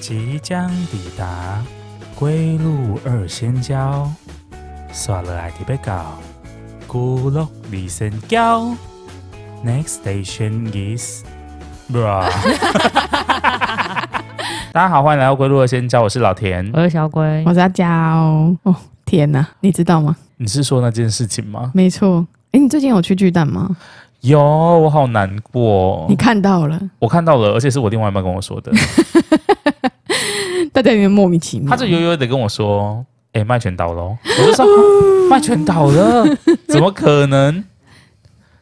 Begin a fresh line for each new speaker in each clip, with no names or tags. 即将抵达归路二仙交，刷了爱迪贝高，孤落二仙交。Next station is bra 。大家好，欢迎来到归路二仙交，我是老田。
我是小龟
我，是阿娇。哦，天哪，你知道吗？
你是说那件事情吗？
没错。哎，你最近有去巨蛋吗？
有，我好难过
你。看到了，
我看到了，而且是我另外一半跟我说的。
大家有点莫名其妙。
他就悠悠的跟我说：“哎、麦全倒喽！”我就说：“麦全倒 了，怎么可能？”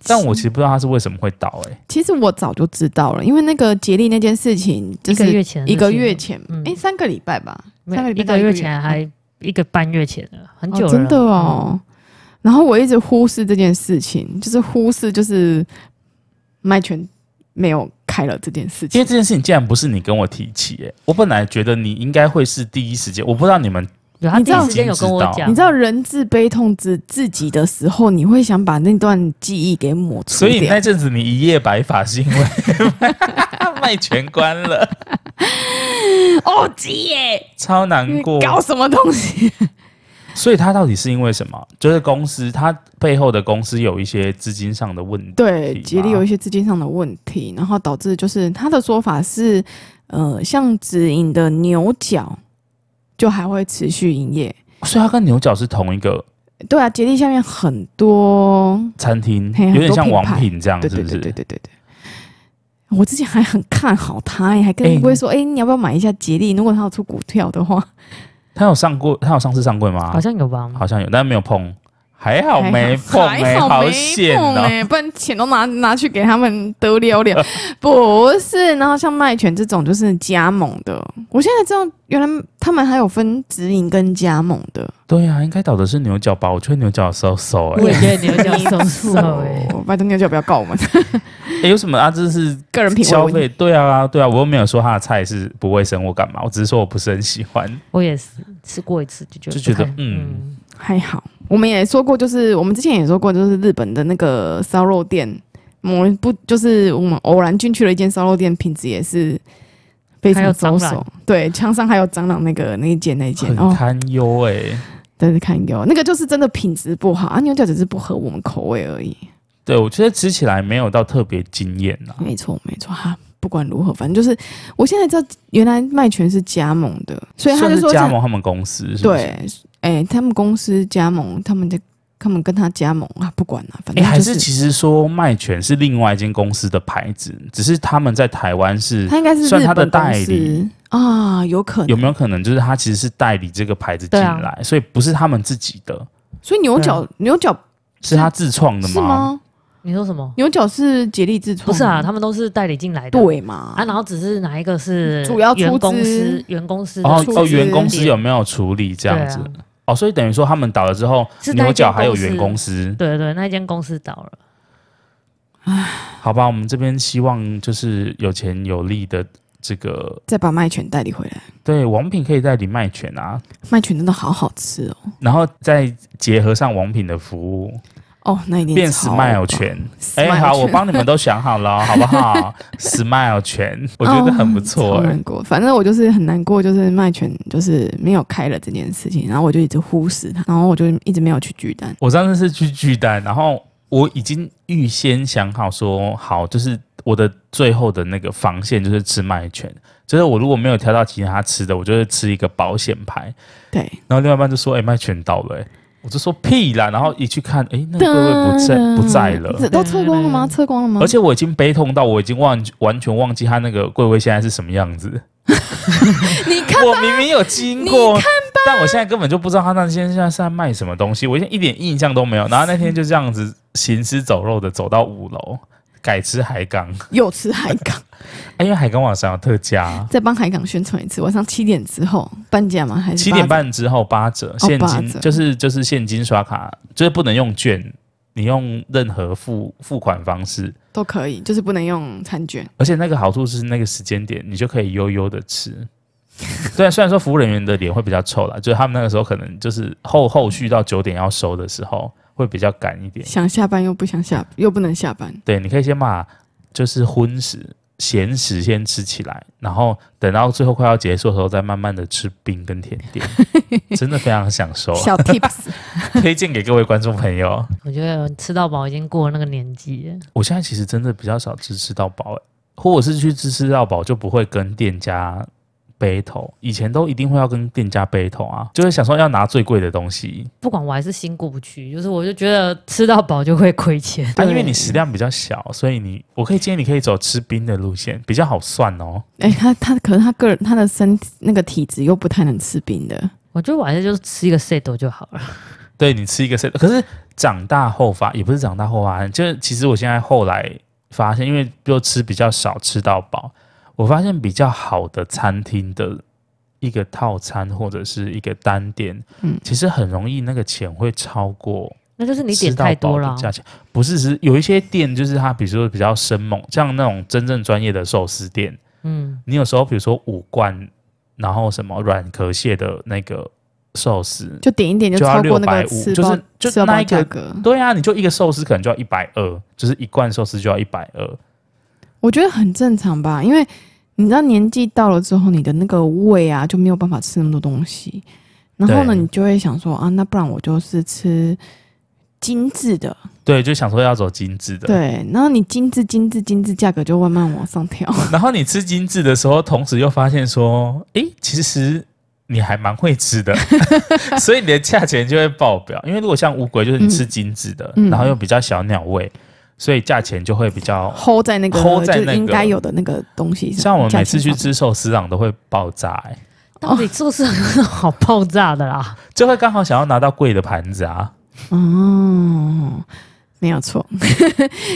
但我其实不知道他是为什么会倒、哎，
其实我早就知道了，因为那个杰利那件事情，就
一
是
个月前的事情
一个月前，哎、
嗯
三个礼拜吧，
没
三个礼拜
一
到
个
一个
月
月嗯
前还一个半月前了，很久
哦、
了，嗯
真的哦。然后我一直忽视这件事情，就是忽视就是麦全没有开了这件事
因为
情。
这件事情竟然不是你跟我提起、哎，我本来觉得你应该会是第一时间，我不知道你们
有。他
你知
第一
道
时间有跟我
已经知道
讲，
你知道人自悲痛之自己的时候，你会想把那段记忆给抹除
所
掉。
以那阵子你一夜白发是因 为麦全关了，
哦，急耶，
超难过。
搞什么东西？
所以他到底是因为什么？就是公司他背后的公司有一些资金上的问题。
对
题，
杰
吗
利有一些资金上的问题，然后导致就是他的说法是，呃，像直营的牛角就还会持续营业。
所以他跟牛角是同一个
对啊，杰利下面很多，
餐厅，
嘿
有点像
很多
王
品牌
品这样，
对
哦是
对
不是？
对对对对对。我之前还很看好他耶，还跟
哎
乌龟说：“哎、你要不要买一下杰利？如果他有出股票的话，
他有上过，他有上次上柜吗？
好像有吧？
好像有，但没有碰，还好
还
没碰、
还
欸，
好没
险
碰
哦、
欸不然钱都拿拿去给他们得了 了。不是，然后像麦犬这种就是加盟的，我现在知道原来他们还有分直营跟加盟的。
对啊，应该倒的是牛角吧？我觉得牛角收手哎、
我也觉得牛角手术哎，
哦拜托牛角不要告我 们，
欸有什么啊？这是
个人品味
消
问题。
费，对啊，对啊，我又没有说他的菜是不卫生或干嘛，我只是说我不是很喜欢。
我也是吃过一次就觉得
就觉得
不太
嗯，
还好，我们也说过，就是我们之前也说过，就是日本的那个烧肉店，我们不就是我们偶然进去了一间烧肉店，品质也是非
还有
常
蟑
收
螂
手。对，枪上还有蟑螂那个那一间那一间
很
哦，
堪忧哎、
但是看给我，那个就是真的品质不好啊，牛角只是不合我们口味而已。
对，我觉得吃起来没有到特别惊艳啊呐。
没错，没错哈。啊不管如何，反正就是我现在知道，原来麦全是加盟的，所以他就
算是
说
加
这
盟他们公司，是不
对
是？，
哎、他们公司加盟，他们在他们跟他加盟啊，不管了、反
哎、
正
还
就是
其实说麦犬是另外一间公司的牌子，只是他们在台湾是
他应该是
算
日
他的
本公
代理
司啊，有可能
有没有可能就是他其实是代理这个牌子进
对啊
来，所以不是他们自己的，
所以牛角牛角
是他自创的
是
吗？
吗？
你说什么？
牛角是杰力自创
不
的，
是啊，他们都是代理进来的，
对嘛？
啊，然后只是哪一个是
主要出资
原公司，原公司的
哦
出
哦，
资
原公司
点
有没有处理这样子？
对啊
哦，所以等于说他们倒了之后，
是那
牛
一
角
间
还有
公司
原公司，
对对，那一间公司倒了，
好吧？我们这边希望就是有钱有力的这个，
再把麦犬代理回来，
对，王品可以代理麦犬啊，
麦犬真的好好吃哦。
然后再结合上王品的服务，
哦，那一定
变
超
Smile
棒
犬。哎、
，Smile
好，我
犬
帮你们都想好了哦，好不好 ？Smile 犬，我觉得很不错、
哦超
哎、
难过。反正我就是很难过，就是麦犬就是没有开了这件事情，然后我就一直忽视它，然后我就一直没有去巨蛋。
我上次是去巨蛋，然后我已经预先想好说，好，就是我的最后的那个防线就是吃麦犬，就是我如果没有挑到其他吃的，我就会吃一个保险牌。
对，
然后另外一半就说：“哎、麦犬到了、哎我就说：“屁啦！”然后一去看，哎、那个位位不在不在了。
这都测光了吗？测光了吗？
而且我已经悲痛到我已经忘完全忘记他那个柜位现在是什么样子。
你看
我明明有经过，但我现在根本就不知道他那天现在是在卖什么东西，我现在一点印象都没有。然后那天就这样子行尸走肉的走到五楼，改吃海港，
有吃海港，
哎因为海港晚上有特价，
再帮海港宣传一次。晚上七点之后半价吗？还是
七
八
点
折？
半之后八折，现
哦八
金
折
就是就是现金刷卡，就是不能用券，你用任何付付款方式。
都可以，就是不能用餐券。
而且那个好处是，那个时间点你就可以悠悠的吃。对，虽然说服务人员的脸会比较臭啦，就是他们那个时候可能就是后后续到九点要收的时候会比较赶一点。
想下班又不想下，又不能下班。
对，你可以先把就是荤食咸食先吃起来，然后等到最后快要结束的时候，再慢慢的吃冰跟甜点，真的非常享受，啊
小 tips，
推荐给各位观众朋友。
我觉得吃到饱已经过了那个年纪了，
我现在其实真的比较少吃吃到饱、欸，或者是去吃吃到饱就不会跟店家 battle，以前都一定会要跟店家 battle 啊，就会想说要拿最贵的东西
不管我还是心过不去，就是我就觉得吃到饱就会亏钱。
啊，因为
对
你食量比较小，所以你我可以建议你可以走吃冰的路线，比较好算哦。
哎、他他可是他个人他的身体那个体质又不太能吃冰的，
我觉得我还是就是吃一个 set 就好了。
对你吃一个 set，可是长大后发也不是长大后发，就是其实我现在后来发现，因为就吃比较少吃到饱，我发现比较好的餐厅的一个套餐或者是一个单点，
嗯
其实很容易那个钱会超过
那就是你
吃
点
到
太
饱
多
的
了啊，
价钱，不是是有一些店就是它，比如说比较生猛，像那种真正专业的寿司店，
嗯，
你有时候比如说五罐，然后什么软壳蟹的那个寿司，
就点一点就
就要
超过那个
650
吃
就是
包
就
吃到
那
饱
一个
价格。
对啊，你就一个寿司可能就要一百二，就是一罐寿司就要一百二。
我觉得很正常吧，因为你知道年纪到了之后，你的那个胃啊就没有办法吃那么多东西，然后呢，
对
你就会想说啊，那不然我就是吃精致的，
对，就想说要走精致的。
对，然后你精致精致精致，价格就慢慢往上调。
然后你吃精致的时候，同时又发现说，诶，其实你还蛮会吃 的，所以你的价钱就会爆表。因为如果像乌龟，就是你吃精致的，
嗯嗯
然后又比较小鸟胃，所以价钱就会比较。
hold 在那个
hold 在那个
就是应该有的那个东
嗯
西上。
像我们每次去
价钱
吃寿司郎都会爆炸、欸诶
到底这个是很好爆炸 的啦。
就会刚好想要拿到贵的盘子啊。
上，哦，没有错。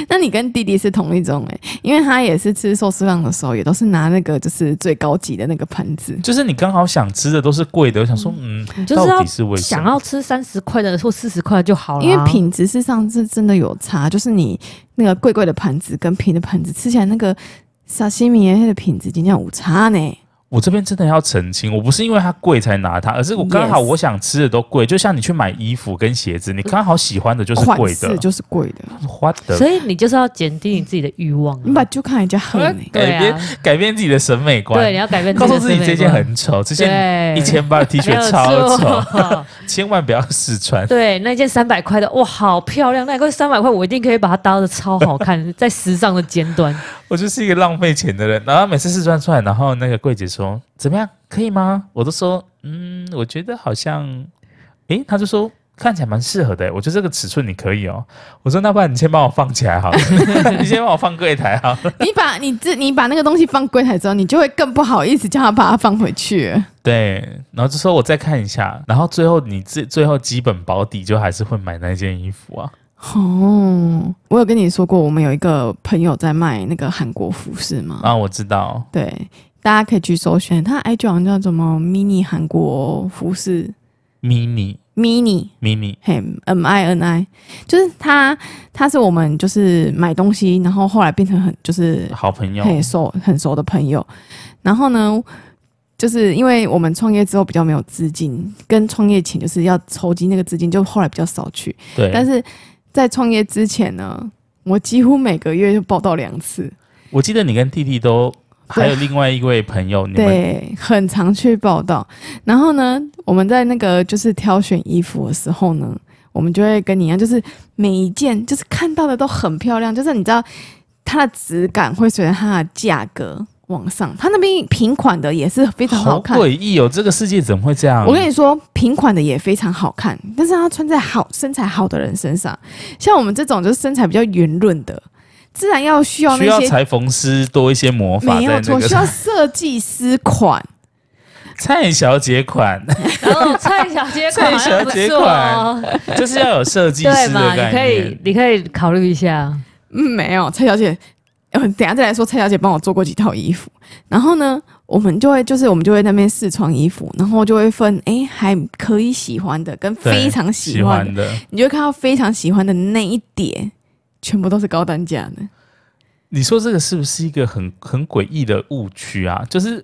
那你跟弟弟是同一种哎、因为他也是吃寿司郎的时候，也都是拿那个就是最高级的那个盘子。
就是你刚好想吃的都是贵的，我想说，嗯，
你就是
到
要
底是为什
想
么？
要吃三十块的或四十块的就好了，
因为品质是上次真的有差，就是你那个贵贵的盘子跟平的盘子吃起来那个沙西米的品质今天有差呢。
我这边真的要澄清，我不是因为它贵才拿它，而是我刚好
Yes
我想吃的都贵。就像你去买衣服跟鞋子，你刚好喜欢的就是
款
贵的
式，就是贵的，
花的
所以你就是要减低你自己的欲 望啊、
你把就看人家很呢、
对
改变
啊，
改变自己的审美
对，
观
你，要改变
告诉自己
的
这
审美
件
观
很丑，这件
对
一千八的 T
没有
恤超丑，
错
千万不要试穿。
对，那件三百块的哇，好漂亮！那个三百块我一定可以把它搭的超 好看，在时尚的尖端。
我就是一个浪费钱的人，然后每次试穿出来，然后那个柜姐说怎么样，可以吗？我都说嗯，我觉得好像，诶，他就说看起来蛮适合的，我觉得这个尺寸你可以哦。我说那不然你先帮我放起来好 了，你先帮我放柜台好了。
你把你这你把那个东西放柜台之后，你就会更不好意思叫他把它放回去。
对，然后就说我再看一下，然后最后你最最后基本保底就还是会买那件衣服啊。
哦，我有跟你说过，我们有一个朋友在卖那个韩国服饰吗？
啊，我知道，
对，大家可以去搜寻，他的 IG 好像叫什么 mini 韩国服饰
mini
mini，
mini，
嘿，M I N I，就是他，他是我们就是买东西，然后后来变成很就是
好朋友，
很熟很熟的朋友。然后呢，就是因为我们创业之后比较没有资金，跟创业前就是要筹集那个资金，就后来比较少去。
对，
但是在创业之前呢，我几乎每个月就报到两次，
我记得你跟弟弟都还有另外一位朋友，你们
对，很常去报道。然后呢，我们在那个就是挑选衣服的时候呢，我们就会跟你一样，就是每一件就是看到的都很漂亮，就是你知道它的质感会随着它的价格往上。它那边平款的也是非常好
好
看。
诡异哦，这个世界怎么会这样？
我跟你说，平款的也非常好看，但是它穿在好身材好的人身上，像我们这种就是身材比较圆润的，自然要需要
需
那
要
些
裁缝师多一些魔法
没有
在那
错，需要
个
设计师款。
蔡小姐款，
然后蔡小姐款好像
蔡小
不
姐
错哦，
就是要有设计
对
师
嘛？
的
你
概
可以
念。
你可以考虑一下。
嗯，没有，蔡小姐，呃，等一下再来说。蔡小姐帮我做过几套衣服，然后呢，我们就会就是我们就会在那边试穿衣服，然后就会分诶，还可以喜欢的跟
对
非常喜
喜
欢的，
欢的，
你就会看到非常喜欢的那一点，全部都是高单价的。
你说这个是不是一个很很诡异的误区啊？就是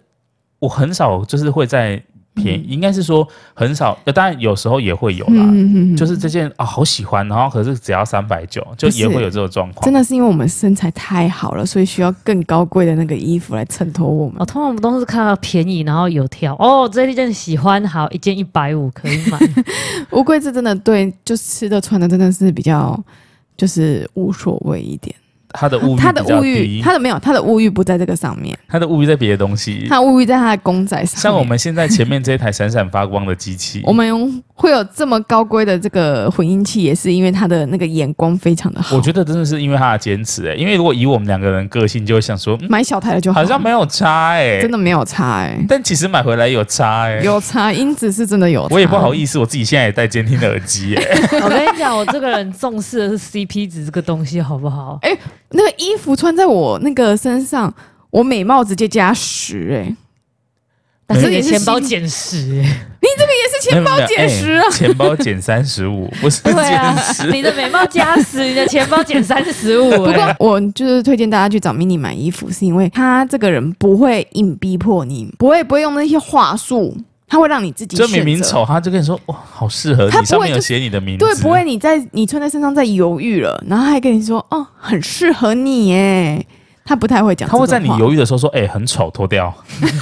我很少就是会在便宜，应该是说很少，呃当然有时候也会有啦，
嗯嗯嗯嗯
就是这件啊、好喜欢，然后可是只要三百九，就也会有这种状况。
真的是因为我们身材太好了，所以需要更高贵的那个衣服来衬托我们
哦，。通常我们都是看到便宜，然后有挑哦，这一件喜欢，好，一件一百五可以 买。
乌龟是真的对，就吃的穿的真的是比较就是无所谓一点。
他的物欲
哦他的
比较
物欲，
低，
他的没有，他的物欲不在这个上面，
他的物欲在别的东西。
他的物欲在他的公仔上面。
像我们现在前面这一台闪闪发光的机器，
我们会有这么高规的这个混音器，也是因为他的那个眼光非常的好。
我觉得真的是因为他的坚持、欸，因为如果以我们两个人个性，就会想 说，嗯，
买小台的就好，
好像没有差、欸，
真的没有差哎、
但其实买回来有差、欸，
有差，音质是真的有差。
我也不好意思，我自己现在也戴监听的耳机、欸，
我跟你讲，我这个人重视的是 CP 值这个东西，好不好？
那个衣服穿在我那个身上，我美貌直接加十哎、
但是
没
你
有
的钱包减十，
也是 钱包减十啊
哎， 钱包减三十五， 不是
对啊
减，十。
你的美貌加十，你的钱包减三十五。
不
哎
过我就是推荐大家去找 mini 买衣服，是因为他这个人不会硬逼迫你，不会不会用那些话术，他会让你自己
就明明
选择
丑，他就跟你说哇，好适合
他不
你，
会
上面有
就是
写你的名字，
对，不会你在你穿在身上在犹豫了，然后还跟你说哦，很适合你耶。他不太会讲，
他会在你
犹，
犹豫的时候说，哎，很丑，脱掉，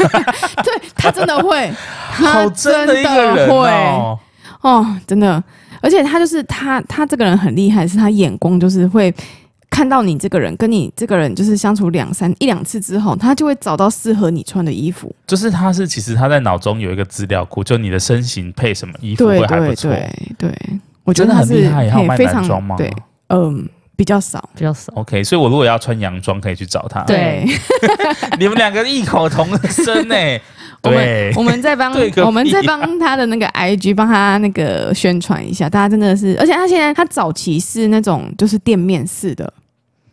对他真的会，他
好真的一个人
会
哦。
哦，真的，而且他就是他，他这个人很厉害，是他眼光就是会看到你这个人，跟你这个人就是相处两三一两次之后，他就会找到适合你穿的衣服。
就是他是其实他在脑中有一个资料库，就你的身形配什么衣服
对
会还不
对
错，
对对，我觉
真的
得他
很
是
厉害。还有
嘿
卖
非
男
常
装吗？
对，嗯，比较少。
比较少。
OK，所以我如果要穿洋装，可以去找他。
对，
你们两个异口同声呢、
我们
对，
我们再帮
对个屁呀
我们再帮他的那个 IG 帮他那个宣传一下，大家真的是，而且他现在他早期是那种就是店面式的，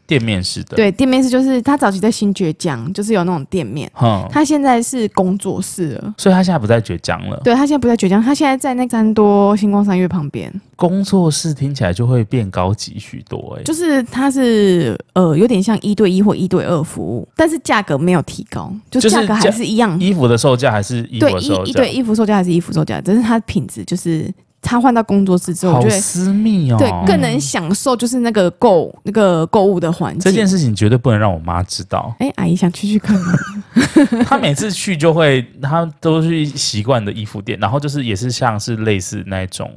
店面式的，，
对，店面式就是他早期在新爵江就是有那种店面，
哼，
他现在是工作室了。
所以他现在不在倔强了。
对他现在不在倔强，他现在在那三多星光三月旁边，
工作室听起来就会变高级许多、欸，
就是他是呃有点像一对一或一对二服务，但是价格没有提高，就
就是
价格还
价
是一样，
衣服的售价还是衣服
对
的售
一一
价
对，衣服售价还是衣服售价，只是它品质就是他换到工作室之后，我
好
觉得
私密哦。
对，更能享受就是那个购那个购物的环境。，
这件事情绝对不能让我妈知道
哎、阿姨想去 去看吗？
她每次去就会，她都是习惯的衣服店，然后就是也是像是类似那种，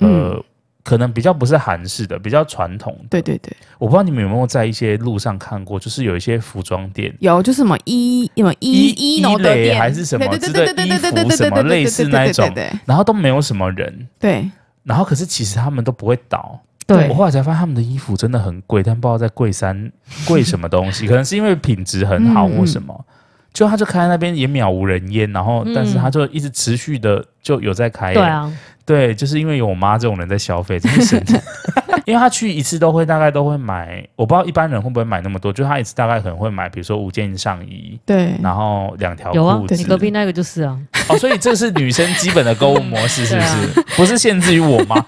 嗯
呃，可能比较不是韩式的，比较传统的。
对对对，
我不知道你们有没有在一些路上看过，就是有一些服装店。
有就是什么一什么
一
一一楼的
一垒
店
还是什么
对对
之
对
类
对对对对
衣
对
服
对
什
对
么
对
类似那一种
对对
然后都没有什么人，
对
然后可是其实他们都不会倒，我
对，
后来才发现他们的衣服真的很贵，但不知道在贵山贵什么东西，可能是因为品质很好或什么。就他就开在那边也渺无人烟，然后
嗯
但是他就一直持续的就有在开、
对，啊，
对，就是因为有我妈这种人在消费，真是神 奇。因为他去一次都会大概都会买，我不知道一般人会不会买那么多，就他一次大概可能会买，比如说五件上衣，
对
然后两条
嗯有啊
裤，子。
你隔壁那个就是啊，
哦，所以这是女生基本的购物模式，是不 是？
啊
不是限制于我吗？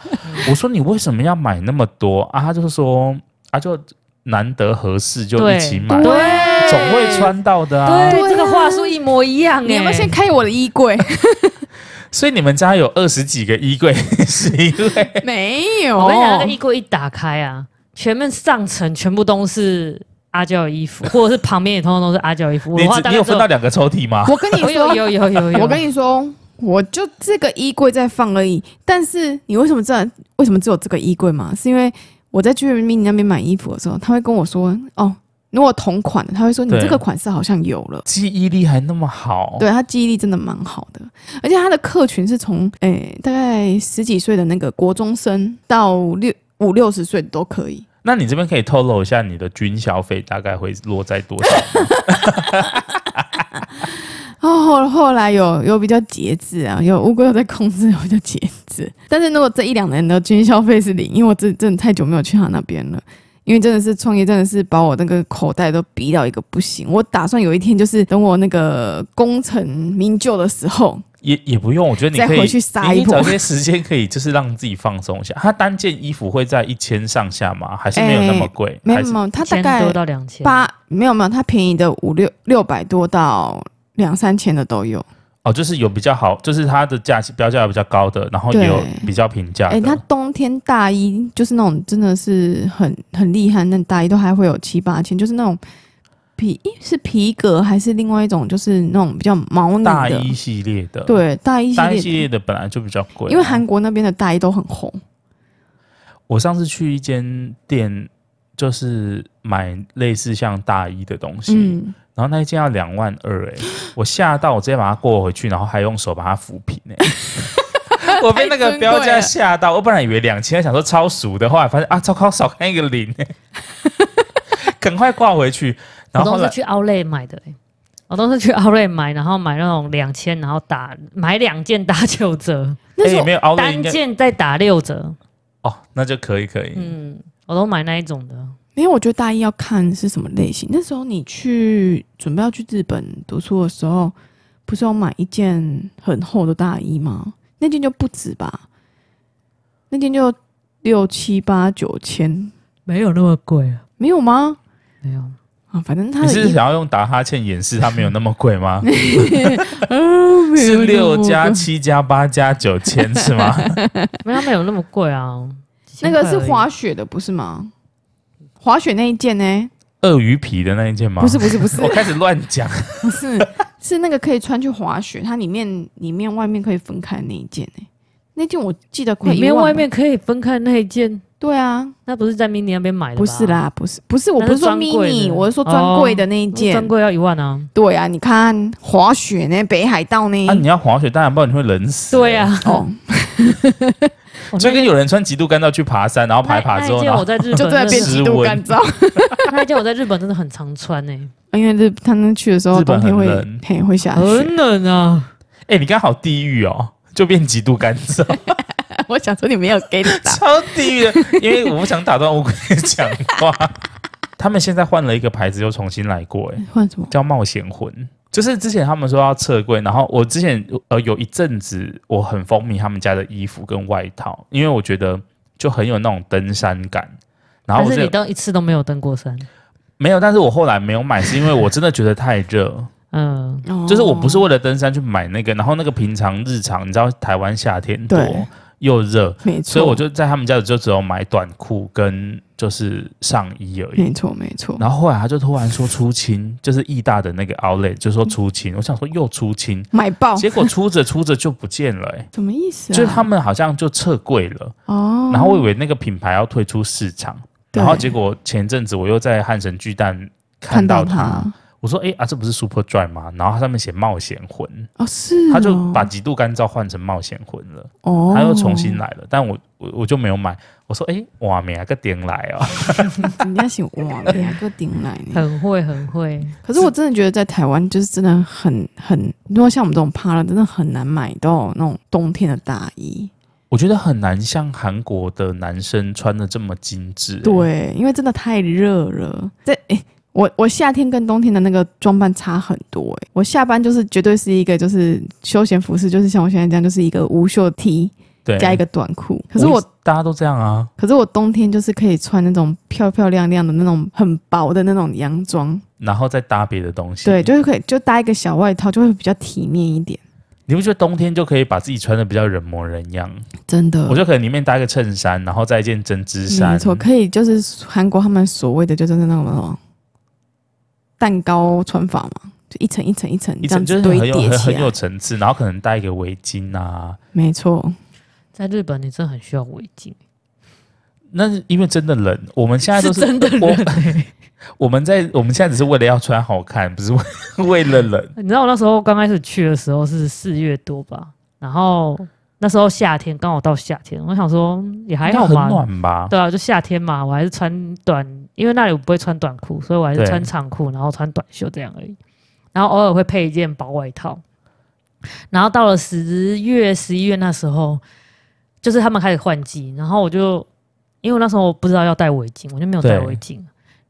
我说你为什么要买那么多啊？他就说啊，就难得合适就
对
一起买，
对
总会穿到的啊。
对，这个话术一模一样
你要不要
哎
先。开我的衣 柜？
所以你们家有二十几个衣柜， 是因为
没有，
我跟你
哦
讲，那个衣柜一打开啊，前面上层全部都是阿娇的衣服，或者是旁边也通通都是阿娇的衣服。我
你
的话
只
大
你
概
有
只有
分到两个抽屉吗？
我跟你
有有
说，
有有有有，
我跟你说，我就这个衣柜在放而已。但是你为什么知道为什么只有这个衣柜嘛？是因为我在去 mini 那边买衣服的时候，他会跟我说，哦，如果同款的，他会说你
对
这个款式好像有了。
记忆力还那么好，
对他记忆力真的蛮好的，而且他的客群是从诶、大概十几岁的那个国中生到六五六十岁的都可以。
那你这边可以透露一下你的均消费大概会落在 多少？
哦，后后来有有比较节制啊，有乌龟有在控制，有比较节制。但是如果这一两年的均消费是零，因为我真真的太久没有去他那边了。因为真的是创业，真的是把我那个口袋都逼到一个不行。我打算有一天，就是等我那个功成名就的时候，
也也不用，我觉得你
再
可以
回去撒
你
一
可以找
波
些时间可以就是让自己放松一下。它单件衣服会在一千上下吗？还是没有那么贵？
哎没有
还是
没有，他大
千
概
多到两千，
八没有没有，它便宜的五六六百多到两三千的都有。
哦，就是有比较好，就是它的价标价比较高的，然后也有
对
比较平价的。
哎、它冬天大衣就是那种真的是很很厉害，那大衣都还会有七八千，就是那种皮是皮革还是另外一种，就是那种比较毛呢
大
的。
衣系列的，，
对大衣系
大衣
列，
系列的本来就比较贵啊，
因为韩国那边的大衣都很红。
我上次去一间店，就是买类似像大衣的东西，
嗯，
然后那一件要两万二，哎，我吓到，我直接把它过回去，然后还用手把它抚平、哎， 我被那个标价吓到，我本来以为两千，想说超俗的，后来发现啊，糟糕，少看一个零、 哎，赶快挂回去。然
我
后后
都是
来
去 Outlet 买的、欸，我都是去 Outlet 买，然后买那种两千，然后打买两件打九折，
那
哎
时
也
候
没有凹的，应
单
该
件再打六折。
哦，那就可以可以。
嗯，我都买那一种的。
没有，我觉得大衣要看是什么类型。那时候你去准备要去日本读书的时候，不是要买一件很厚的大衣吗？那件就不止吧，那件就六七八九千，
没有那么贵啊，
没有吗？
没有。
啊，反正他
你
的
是
衣服
想要用打哈欠掩饰它没有那么贵 吗？
嗯没有
是六
用过
加七加八加九千是 吗？
没有它没有那么贵啊。几
那
千
个是
块而已
滑雪的，不是吗？滑雪那一件呢？
鳄鱼皮的那一件吗？
不是，不是，不是
我，开始乱讲。
不 是，是那个可以穿去滑雪，它里面里面外面可以分开的那一件呢。那件我记得快
里
一
面
万吧
外面可以分开那一件，
对啊，
那不是在 mini 那边买的吧？
不是啦，不是，不是，我
那
不是
是
说
专柜
mini，
的
我是说哦专柜的那一
那
件。
专柜要一万啊。
对啊，你看滑雪呢，北海道呢，
啊，你要滑雪，当然不然你会冷死、欸
对啊，，
哦，
我
就
哦那
跟有人穿极度干燥去爬山，然后爬一爬之
那一
后，
件
然
我
后
在日本
就真的
真的
变
是
极度干燥，
那一件我在日本真的很常穿欸诶、
因为日他们去的时候
日本
冬天会
很冷
嘿会下雪。
很冷啊。
哎、你刚好地狱哦，就变极度干 燥，
我想说你没有给你
啊
打，
超地狱的。因为我不想打断乌龟讲话， 他们现在换了一个牌子，又重新来过、哎，
换什么？
叫冒险魂。就是之前他们说要撤柜，然后我之前呃有一阵子我很风靡他们家的衣服跟外套，因为我觉得就很有那种登山感。然后
但
我
是
就
你都一次都没有登过山，
没有，但是我后来没有买，是因为我真的觉得太热。
嗯，
哦
就是我不是为了登山去买那个，然后那个平常日常，你知道台湾夏天多
对
又热，
没错，
所以我就在他们家里就只有买短裤跟就是上衣而已。
没错没错。
然后后来他就突然说出清，就是义大的那个 Outlet 就
嗯
说出清，我想说又出清，
买爆
结果出着出着就不见 了、欸，
什么意哦思啊？
就是他们好像就撤柜了。
哦，
然后我以为那个品牌要退出市场，
对
然后结果前阵子我又在汉神巨蛋看
看
到
到
它，我说哎、欸啊这不是 Super Dry 吗？然后它上面写冒险魂。
哦，是哦
他就把极度干燥换成冒险魂了，
哦，
他又重新来了，但我我我就没有买。我说，哎、哇，每个点来 啊，
人家想哇，两个 顶来呢。
很会很会。
可是我真的觉得在台湾就是真的很很，如果像我们这种趴了，真的很难买到那种冬天的大衣。
我觉得很难像韩国的男生穿的这么精致、欸，
对，因为真的太热了。这诶、我我夏天跟冬天的那个装扮差很多、诶，我下班就是绝对是一个就是休闲服饰，就是像我现在这样，就是一个无袖 T
对，
加一个短裤。可是我
一大家都这样啊，
可是我冬天就是可以穿那种漂漂亮亮的那种很薄的那种洋装，
然后再搭别的东西，
对，，就是可以就搭一个小外套，就会比较体面一点。
你不觉得冬天就可以把自己穿的比较人模人样？
真的，
我就可能里面搭一个衬衫，然后再一件针织衫，
呃没错，可以就是韩国他们所谓的就是那种什么蛋糕穿法嘛，就一层一层一层
一
这
整
样
就是
子堆
很有
叠
很
起
很有
来。
层次，然后可能戴一个围巾啊，
没错，
在日本，你真的很需要围巾，
那是因为真的冷，我们现在都是
真的冷、
我
欸。
我们在我们现在只是为了要穿好看，不是为 为了冷。
你知道我那时候刚开始去的时候是四月多吧，然后那时候夏天刚好到夏天，我想说嗯也还
应
好
该
嘛
很，哦暖吧？
对啊，就夏天嘛，我还是穿短，因为那里我不会穿短裤，所以我还是
对
穿长裤，然后穿短袖这样而已。然后偶尔会配一件薄外套。然后到了十月、十一月那时候，就是他们开始换季，然后我就因为我那时候不知道要戴围巾，我就没有戴
对
围巾。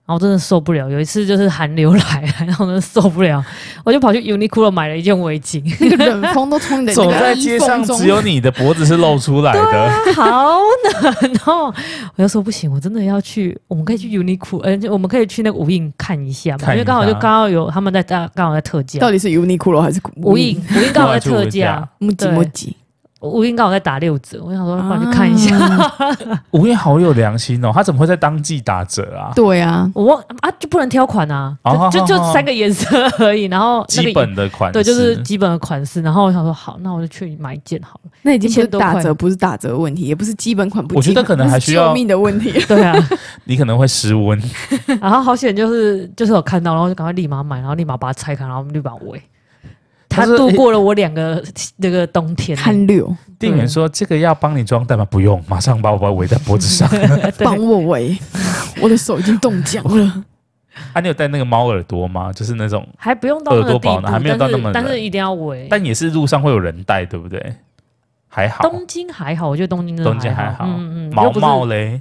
然后真的受不了。有一次就是寒流来， 然后真的受不了，我就跑去 Uniqlo 买了一件围巾，
那个冷风都从你的
走
那
在
个
街
衣
上
缝，中
只有你的啊脖子是露出来
啊
的。
好冷哦！我就说不行，我真的要去，我们可以去 Uniqlo，呃，我们可以去那个无印看一下嘛，
看一下
因为刚好就刚好有他们在大刚好在特价
到，底是 Uniqlo 还是
无印无印刚好在特价，
木吉
对
木吉？
无印刚好在打六折，我想说帮你看一下，
啊
无印好有良心哦，他怎么会在当季打折啊？
对啊，
我忘啊就不能挑款啊，
哦
就就
好好好
就三个颜色而已，然后那个
基本的款
对就是
式
基本的款式，然后我想说好，那我就去买一件好了，
那已经不是
1000多块
打折，不是打折问题，也不是基本款不基
我觉
本，
得可能还需要
那是救命的问 题。
对啊，
你可能会失温。
然后好险就是就是有看到，然后就赶快立马买，然后立马把它拆开，然后立马围。
他
他
是
度过了我两个那个冬天，欸
汗 流，
店员说：“这个要帮你装袋吗？”不用，马上把我把我围在脖子 上。
对
帮我喂，我的手已经冻僵 了。
啊，你有戴那个猫耳朵吗？就是那种，
还不用到那个地
耳朵保
步，
暖还没有到那么冷
但是但是一定要围。
但也是路上会有人戴，对不对？还好，
东京还好，我觉得东京真的
东京还好
好，嗯嗯，
毛
就不是
毛嘞，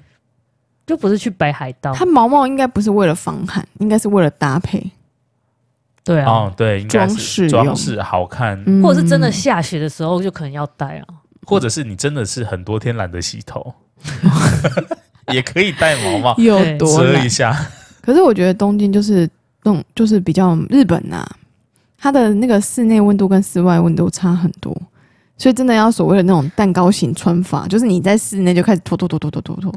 就不是去北海道，
它毛毛应该不是为了防汗，应该是为了搭配，
对啊，
哦，对，应该是
装饰
装
用
饰好看，
嗯
或者是真的下雪的时候就可能要带啊。
或者是你真的是很多天懒得洗头， 也可以戴毛毛
有
对
多
遮
懒
一。下。
可是我觉得东京就是那种，就是比较日本呐、它的那个室内温度跟室外温度差很多，所以真的要所谓的那种蛋糕型穿法，就是你在室内就开始脱脱脱脱脱脱脱，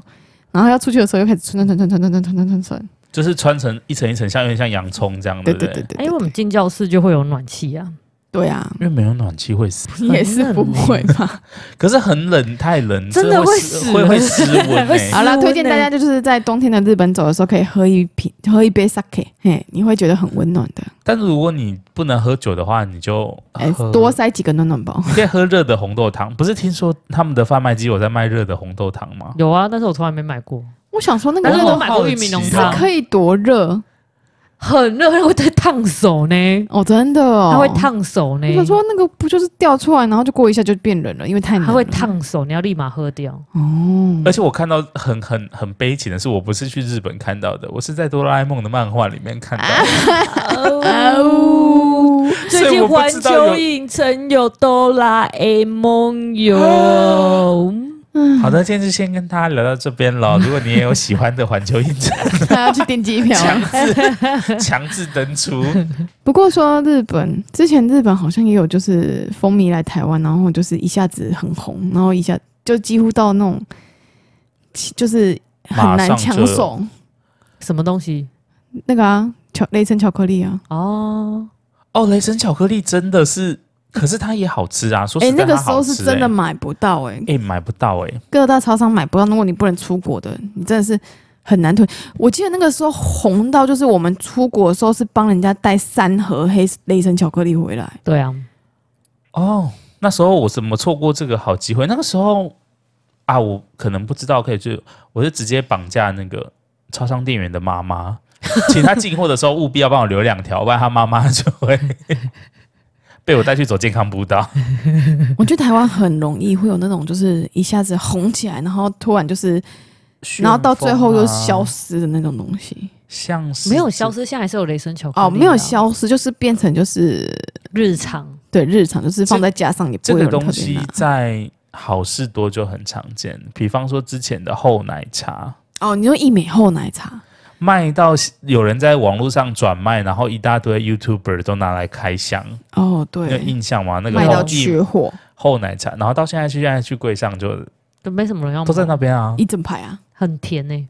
然后要出去的时候又开始穿穿穿穿穿穿穿穿穿穿，
就是穿成一层一层，像有点像洋葱这样，
对
不
对对对
哎，我
对，
们进教室就会有暖气啊，
对啊，
因为没有暖气会死，
你也是不会吧？会
可是很冷，太冷，
真的
会
会
死
死
会会失温
会
欸
死
好啦，
室温
推荐大家就是在冬天的日本走的时候，可以喝一瓶喝一杯 sake，嘿，你会觉得很温暖的，
但如果你不能喝酒的话，你就
哎、
喝
多塞几个暖暖包。
你可以喝热的红豆汤，不是听说他们的贩卖机有在卖热的红豆汤吗？
有啊，但是我从来没买过，
我想说那个
但是
我
我
好
买过玉米浓
奇
它
啊
汤，
可以多热
很热，它会烫手呢，
哦，真的哦，
它会烫手呢
我，想说那个不就是掉出来，然后就过一下就变冷了，因为太冷了
它会 烫手，你要立马喝掉。
哦。
而且我看到很很很悲情的是，我不是去日本看到的，我是在哆啦 A 梦的漫画里面看到的。
哦，
所
最
以我
近
不
环
知道有
球影城有哆啦 A 梦哟，
哦
嗯
好的，今天就先跟大家聊到这边了。如果你也有喜欢的 环球影城，
他要去订机票。
强制强制登出，
不过说到日本，之前日本好像也有就是风靡来台湾，然后就是一下子很红，然后一下就几乎到那种就是很难
马上就
抢手
什么东西？
那个啊，巧雷神巧克力啊，
哦，
哦，雷神巧克力真的是，可是它也好吃啊。说
哎、
实在，
那个
它
时候
好吃
是真的
欸
买不到哎、
哎、买不到哎、
各大超商买不到，如果你不能出国的，你真的是很难推。我记得那个时候红到，就是我们出国的时候是帮人家带三盒黑雷神巧克力回来，
对啊，
哦，那时候我怎么错过这个好机会？那个时候啊，我可能不知道，可以就我就直接绑架那个超商店员的妈妈，请她进货的时候务必要帮我留两条，不然她妈妈就会 被我带去走健康步道。
我觉得台湾很容易会有那种，就是一下子红起来，然后突然就是， 然后到最后又消
失，
失的那种东西。
像是
没有消失，现在还是有雷神巧克力啊
哦，没有消失，就是变成就是
日常，
对日常，就是放在架上也
这
不会
个
有人
东
特别
西
拿。
在好事多就很常见，比方说之前的厚奶茶。
哦，你说一美后奶茶，
卖到有人在网络上转卖，然后一大堆 YouTuber 都拿来开箱，
哦
你有
对，
印象吗？那个
卖
后
到
羿
缺货
后奶茶，然后到现在去现在去柜上就
就没什么人要买，
都在那边啊
一，整排啊，
很甜呢，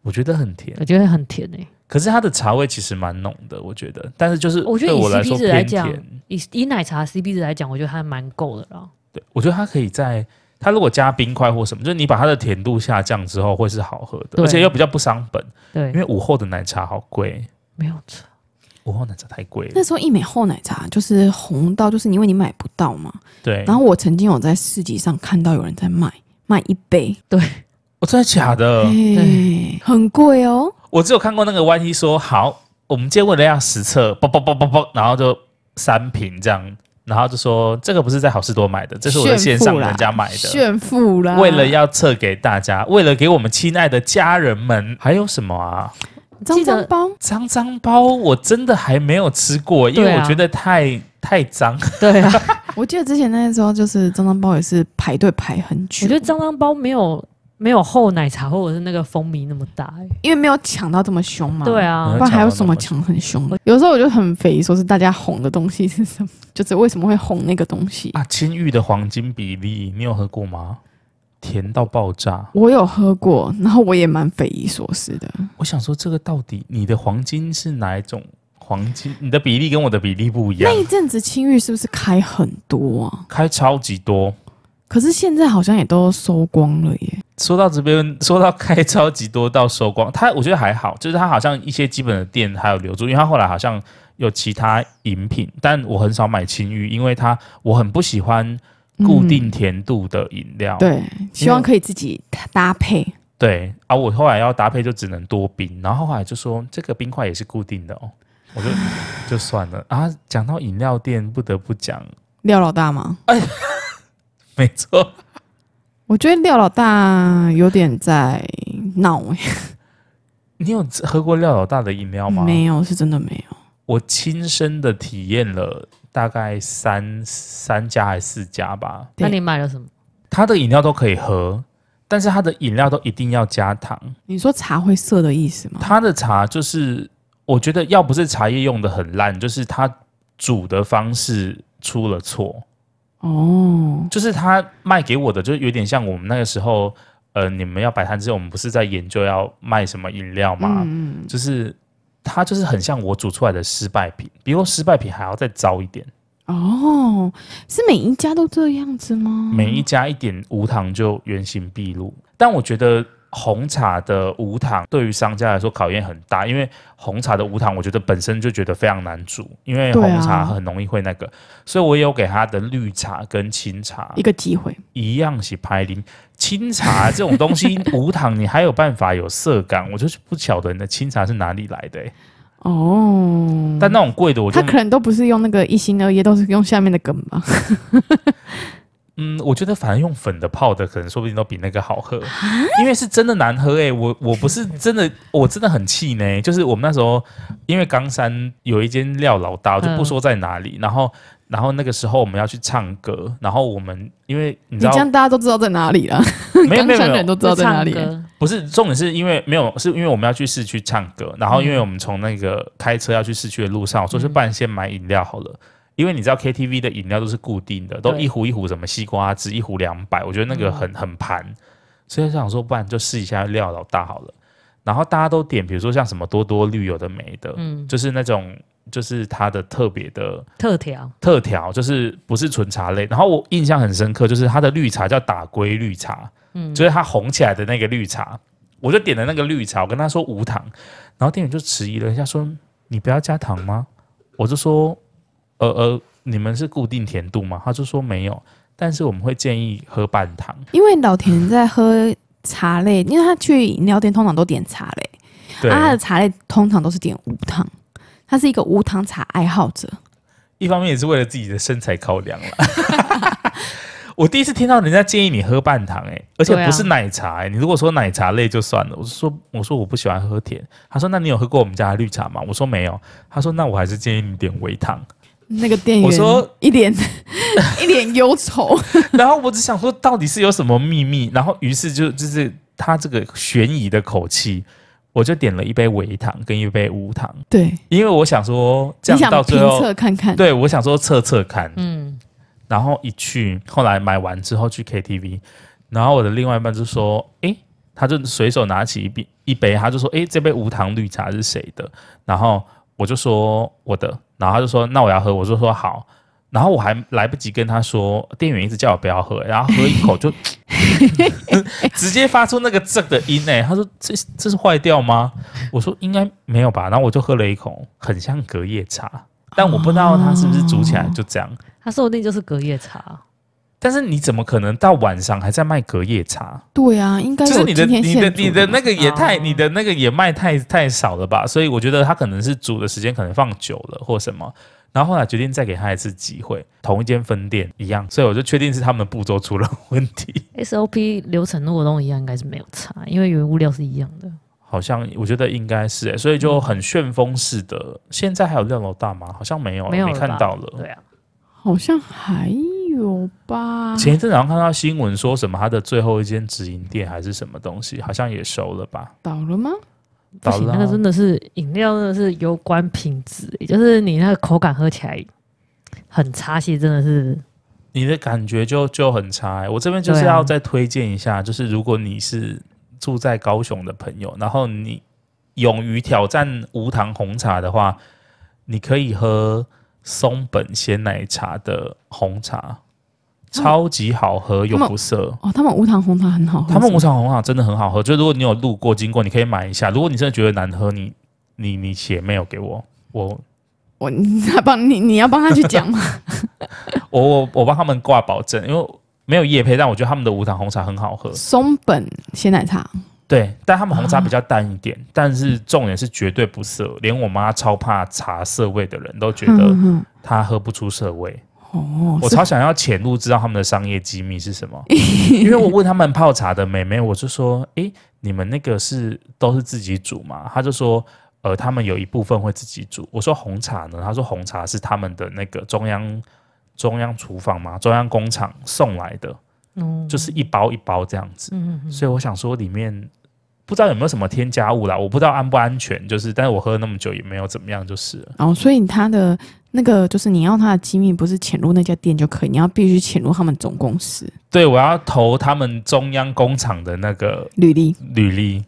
我觉得很甜，
我觉得很甜呢。欸
可是它的茶味其实蛮浓的，我觉得，但是就是
我觉
对
得以
我来
CP
说
值来
偏
讲
甜，，
以以奶茶 CP 值来讲，我觉得还蛮够的啦。
对我觉得它可以在。它如果加冰块或什么，就是你把它的甜度下降之后，会是好喝的，
对
而且又比较不伤本。因为
对，
午后的奶茶好贵，
没有错，
午后奶茶太贵了
那。时候一美后奶茶就是红到，就是因为你买不到嘛。
对，
然后我曾经有在市集上看到有人在卖，卖一杯，
我、哦真的假的？
哎，很贵哦。
我只有看过那个 Y T 说好，我们今天为了要实测，啵啵啵啵啵，然后就三瓶这样，然后就说这个不是在好事多买的，这是我在线上人家买的，
炫富啦！
为了要测给大家，为了给我们亲爱的家人们，还有什么啊？
脏
记
脏
得
包，
脏脏包我真的还没有吃过，因为
对啊
我觉得太、太脏。
对啊，
我记得之前那时候就是脏脏包也是排队排很久，
我觉得脏脏包没有没有厚奶茶或者是那个蜂蜜那么大、欸。
因为没有抢到这么凶嘛。
对
嗯
啊
不，然还有什么抢很凶的？有时候我就很匪夷所思，大家哄的东西是什么？ 就是为什么会哄那个东西？
啊，青玉的黄金比例，你有喝过吗？甜到爆炸！
我有喝过，然后我也蛮匪夷所思的。
我想说，这个到底你的黄金是哪一种黄金？你的比例跟我的比例不一样
那，一阵子青玉是不是开很多啊？
开超级多。
可是现在好像也都收光了耶。
说到这边， 说到开超级多到收光，它我觉得还好，就是它好像一些基本的店还有留住，因为它后来好像有其他饮品，但我很少买青玉，因为它我很不喜欢固定甜度的饮料。
嗯对，希望可以自己搭配。
对啊，我后来要搭配就只能多冰，然后后来就说这个冰块也是固定的哦，我就就算了啊。讲到饮料店，不得不讲，
廖老大吗？
没错，
我觉得廖老大有点在闹哎、
你有喝过廖老大的饮料吗？
没有，是真的没有。
我亲身的体验了大概三三家还是四家吧，
那
对
你买了什么？
它的饮料都可以喝，但是它的饮料都一定要加糖。
你说茶会涩的意思吗？
它的茶就是，我觉得要不是茶叶用的很烂，就是它煮的方式出了错。
哦，
就是他卖给我的，就有点像我们那个时候，呃，你们要摆摊之前，我们不是在研究要卖什么饮料吗？
嗯，
就是它就是很像我煮出来的失败品，比我失败品还要再糟一点。
哦，是每一家都这样子吗？
每一家一点无糖就原形毕露。但我觉得红茶的无糖对于商家来说考验很大，因为红茶的无糖我觉得本身就觉得非常难煮，因为
对啊
红茶很容易会那个，所以我也有给他的绿茶跟清茶
一个机会，
一样是拍零清茶这种东西无糖，你还有办法有色感，我就是不晓得你的清茶是哪里来的欸、
哦，
但那种贵的我就
他可能都不是用那个一心二意，都是用下面的梗吧？
嗯，我觉得反正用粉的泡的，可能说不定都比那个好
啊
喝， 因为是真的难喝哎、我我不 是真的，我真的很气呢。就是我们那时候，因为冈山有一间廖老大，我就不
嗯
说在哪里，然后然后那个时候我们要去唱歌，然后我们因为你
你
知
这
道
样大家都知道在哪里 了，
没哎有没有
冈
没
山的
有
人，都知道在哪里
就。唱歌
不是重点是因为没有，是因为我们要去市区唱歌，然后因为我们从那个开车要去市区的路上，我说
嗯
是不然先买饮料好了。因为你知道 KTV 的饮料都是固定的，都
对嗯
一壶一壶，什么西瓜汁一壶两百，我觉得那个很很盘，所以我想说，不然就试一下廖老大好了。然后大家都点，比如说像什么多多绿有的没的，
嗯，
就是那种就是它的特别的
特调，
特调，就是不是纯茶类。然后我印象很深刻，就是它的绿茶叫打龟绿茶，
嗯，
就是它红起来的那个绿茶，我就点了那个绿茶，我跟他说无糖，然后店员就迟疑了一下，说你不要加糖吗？我就说，呃呃，你们是固定甜度吗？他就说没有，但是我们会建议喝半糖。
因为老田在喝茶类，因为他去饮料店通常都点茶类，
对，
啊，他的茶类通常都是点无糖，他是一个无糖茶爱好者。
一方面也是为了自己的身材考量了。 我第一次听到人家建议你喝半糖、欸，而且
对啊
不是奶茶、欸。你如果说奶茶类就算了，我说我说我不喜欢喝甜。他说那你有喝过我们家的绿茶吗？我说没有。他说那我还是建议你点微糖。
那个店员，
我说
一脸 一脸 忧愁，
然后我只想说，到底是有什么秘密？然后于是就就是他这个悬疑的口气，我就点了一杯微糖跟一杯无糖，
对，
因为我想说这
你
样
想
到
评
最后，
测看看，
对我想说测测看。
嗯，
然后一去，后来买完之后去 KTV，然后我的另外一半就说：“诶，他就随手拿起一杯一杯，他就说：‘诶，这杯无糖绿茶是谁的？’然后我就说我的，然后他就说：‘那我要喝。’我就说好。”然后我还来不及跟他说，店员一直叫我不要喝，然后喝一口就 直接发出那个“这”的音诶、他说：“这这是坏掉吗？”我说：“应该没有吧。”然后我就喝了一口，很像隔夜茶，但我不知道它是不是煮起来就这样。
它说不定就是隔夜茶，
但是你怎么可能到晚上还在卖隔夜茶？
对啊，应该
就是
有
你的
今天
你
现
的
煮
你的
吧
那个也太、
哦
你的那个也卖太太少了吧？所以我觉得他可能是煮的时间可能放久了或什么。然后后来决定再给他一次机会，同一间分店一样，所以我就确定是他们的步骤出了问题。
SOP 流程如果都一样，应该是没有差，因为原物料是一样的。
好像我觉得应该是、欸，所以就很旋风式的。现在还有六楼大吗？好像没有，
没有了吧
看到了。
对啊，
好像还有吧？
前一阵好像看到新闻说什么，他的最后一间直营店还是什么东西，好像也收了吧？
倒了吗？
不
倒
行，
了
那
啊，
个真的是饮料，真的是有关品质，也就是你那个口感喝起来很差，其实真的是
你的感觉就就很差、欸。我这边就是
对啊
要再推荐一下，就是如果你是住在高雄的朋友，然后你勇于挑战无糖红茶的话，你可以喝松本鲜奶茶的红茶，
他们
超级好喝又
他们
不涩。
哦，他们无糖红茶很好喝，
他们
是
无
吗
糖红茶真的很好喝，就如果你有路过经过，你可以买一下。如果你真的觉得难喝，你你你写 mail 给我，我
我你要帮你你要帮他去讲吗？
我我我帮他们挂保证，因为没有叶配，但我觉得他们的无糖红茶很好喝。
松本鲜奶茶，
对，但他们红茶比较淡一点，
啊
但是重点是绝对不涩，连我妈超怕茶涩味的人都觉得
嗯
她喝不出涩味。
嗯哦，
我
是
超想要潜入知道他们的商业机密是什么，因为我问他们泡茶的妹妹，我就说：“诶，你们那个是都是自己煮吗？”她就说：“呃，他们有一部分会自己煮。”我说：“红茶呢？”她说：“红茶是他们的那个中央中央厨房嘛，中央工厂送来的，
哦
嗯，
就是一包一包这样子。”
嗯嗯
所以我想说里面不知道有没有什么添加物啦，我不知道安不安全，就是但是我喝了那么久也没有怎么样，就是了
哦，所以他的那个就是你要他的机密，不是潜入那家店就可以，你要必须潜入他们总公司
对我要投他们中央工厂的那个
履历。
履 历，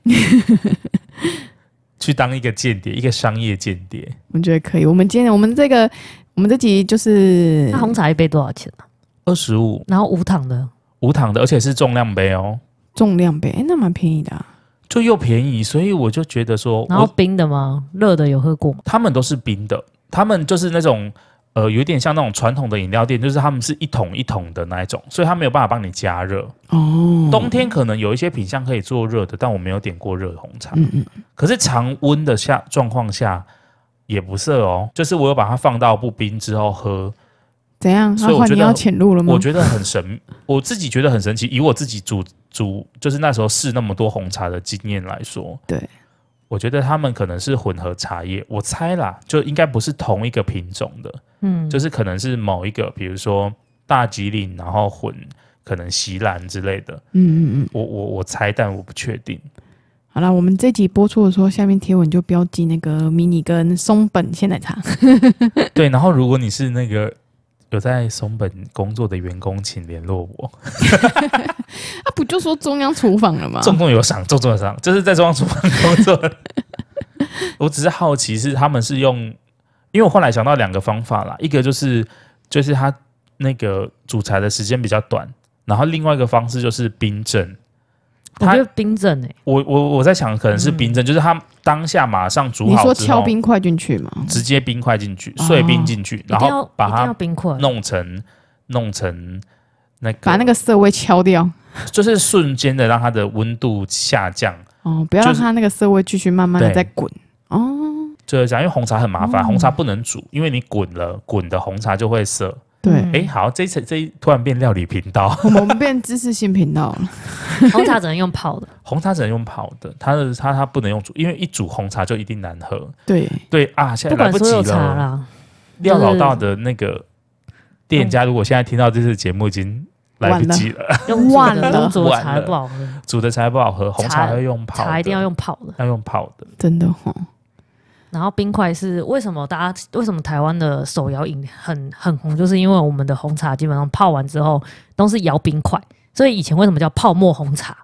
去当一个间谍，一个商业间谍。
我觉得可以。我们今天我们这个我们这集就是
那红茶一杯多少钱啊？
二十五
然后无糖的，
无糖的，而且是重量杯哦，
重量杯，哎、那蛮便宜的、啊。
就又便宜，所以我就觉得说，
然后
我
冰的吗？热的有喝过吗？
他们都是冰的，他们就是那种。呃，有点像那种传统的饮料店，就是他们是一桶一桶的那一种，所以他没有办法帮你加热。
哦，
冬天可能有一些品相可以做热的，但我没有点过热红茶。
嗯嗯，
可是常温的下状况下也不涩哦，就是我有把它放到不冰之后喝，
怎样？
所以
那
我
换
觉
你
得
要潜入了吗？
我觉得很神，我自己觉得很神奇。以我自己煮煮，就是那时候试那么多红茶的经验来说，
对，
我觉得他们可能是混合茶叶，我猜啦，就应该不是同一个品种的，
嗯，
就是可能是某一个，比如说大吉岭，然后混可能席兰之类的，
嗯嗯嗯。
我我我猜，但我不确定。
好啦，我们这集播出的时候，下面贴文就标记那个迷你跟松本鲜奶 茶。
对，然后如果你是那个有在松本工作的员工，请联络我。
啊，不就说中央厨房了
啊
吗？
重中有赏，重中有赏，就是在中央厨房工作。 我只是好奇，是他们是用，因为我后来想到两个方法啦，一个就是就是他那个煮茶的时间比较短，然后另外一个方式就是冰镇。
我
它
觉得冰镇欸诶，
我我我在想，可能是
嗯
冰镇，就是他当下马上煮
你
好
说
之
敲
后，
冰哦块进去吗？
直接冰块进去，碎冰进去，
一
然
定要
后把
一定要
它
冰块，
弄成弄成那个
把那个涩味敲掉
就是瞬间的让它的温度下降。
哦，不要
就
让
是
它那个涩味继续慢慢的
对
在滚哦。
就是这样，因为红茶很麻烦，
嗯
哦
红茶不能煮，因为你滚了，滚的红茶就会涩。
对，
嗯
诶，好，这一次这一突然变料理频道，
我们变知识性频道了。
红茶只能用泡的，
红茶只能用泡的，它的它它不能用煮，因为一煮红茶就一定难喝。
对，
对啊，现
不
在来
管
不
所
及
有茶
了。
啦，
廖
就是
老大的那个店家，如果现在听到这次节目，已经来不及了，
用煮
晚
的
了
用煮的
晚
茶
了
不好喝，
煮的才不好喝，红茶要用泡的，
茶一定要用泡的。
要用泡的。
真的哈、哦。
然后冰块是为什么大家为什么台湾的手摇饮很很红，就是因为我们的红茶基本上泡完之后都是摇冰块，所以以前为什么叫泡沫红茶？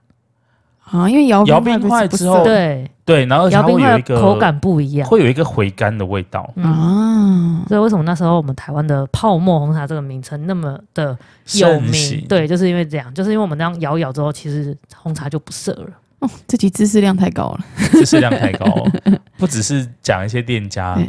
啊，因为摇
摇
冰
冰块
不是
之后哦
对，
对，然后而且
摇
它
冰
会
块
有
的
一个
口，感不一样。
会有一个回甘的味道，
嗯，
啊，
所以为什么那时候我们台湾的泡沫红茶这个名称那么的有
盛
名
行？
对，就是因为这样，就是因为我们这样摇一摇之后，其实红茶就不涩了。
哦，这集知识量太高了。
知识量 太高，不只是讲一些店家
对，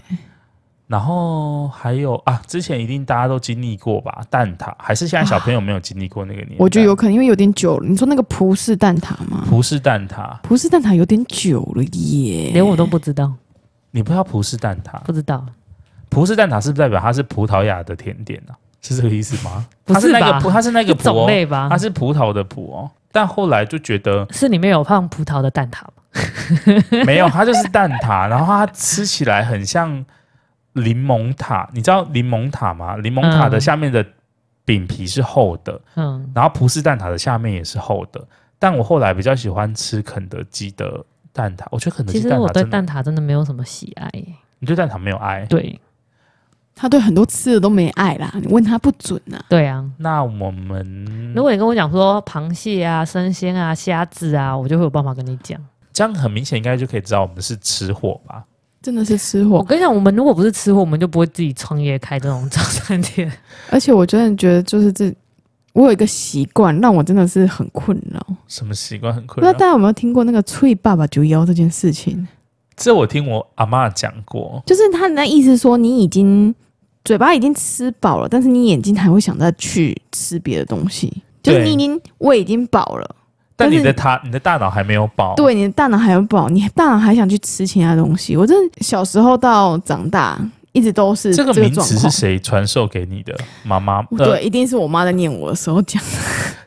然后还有啊，之前一定大家都经历过吧，蛋挞，还是现在小朋友没有经历过那个年代？
啊
我觉得有可能因为有点久了。你说那个葡式蛋挞吗？
葡式蛋挞，
葡式蛋挞有点久了耶。
连我都不知道，
你不知道葡式蛋挞？
不知道
葡式蛋挞是不是代表它是葡萄牙的甜点啊？是这个意思吗？
不
它是那
吧
个葡，它是那个葡
种
哦，
类吧
它？是葡萄的葡哦。但后来就觉得
是里面有放葡萄的蛋挞吗？
没有，它就是蛋挞，然后它吃起来很像柠檬塔，你知道柠檬塔吗？柠檬塔的
嗯
下面的饼皮是厚的，
嗯，
然后葡式蛋挞的下面也是厚的。但我后来比较喜欢吃肯德基的蛋挞，我觉得肯德
其
基
实
蛋挞
我对
真的，
蛋挞真的没有什么喜爱耶。
你对蛋挞没有爱。
对
他对很多吃的都没爱啦，你问他不准啊。
对啊，
那我们
如果你跟我讲说螃蟹啊、生鲜啊、虾子啊，我就会有办法跟你讲。
这样很明显应该就可以知道我们是吃货吧？
真的是吃
我
货，
跟你讲，我们如果不是吃货，我们就不会自己创业开这种早餐店。
而且我真的觉得就是这，我有一个习惯让我真的是很困扰。
什么习惯很
不
困
知道
扰？
大家有没有听过那个“脆爸爸九幺”这件事情？
这我听我阿嬷讲过，
就是他的意思说，你已经嘴巴已经吃饱了，但是你眼睛还会想再去吃别的东西，就是
对
你已经胃已经饱了，
但
但是
你的他你的大脑还没有饱。，
对，你的大脑还有饱，你大脑还想去吃其他东西。我真的小时候到长大一直都是
这个
个
名
状
词
况。
是谁传授给你的？妈妈。
对，
呃，
一定是我妈在念我的时候讲。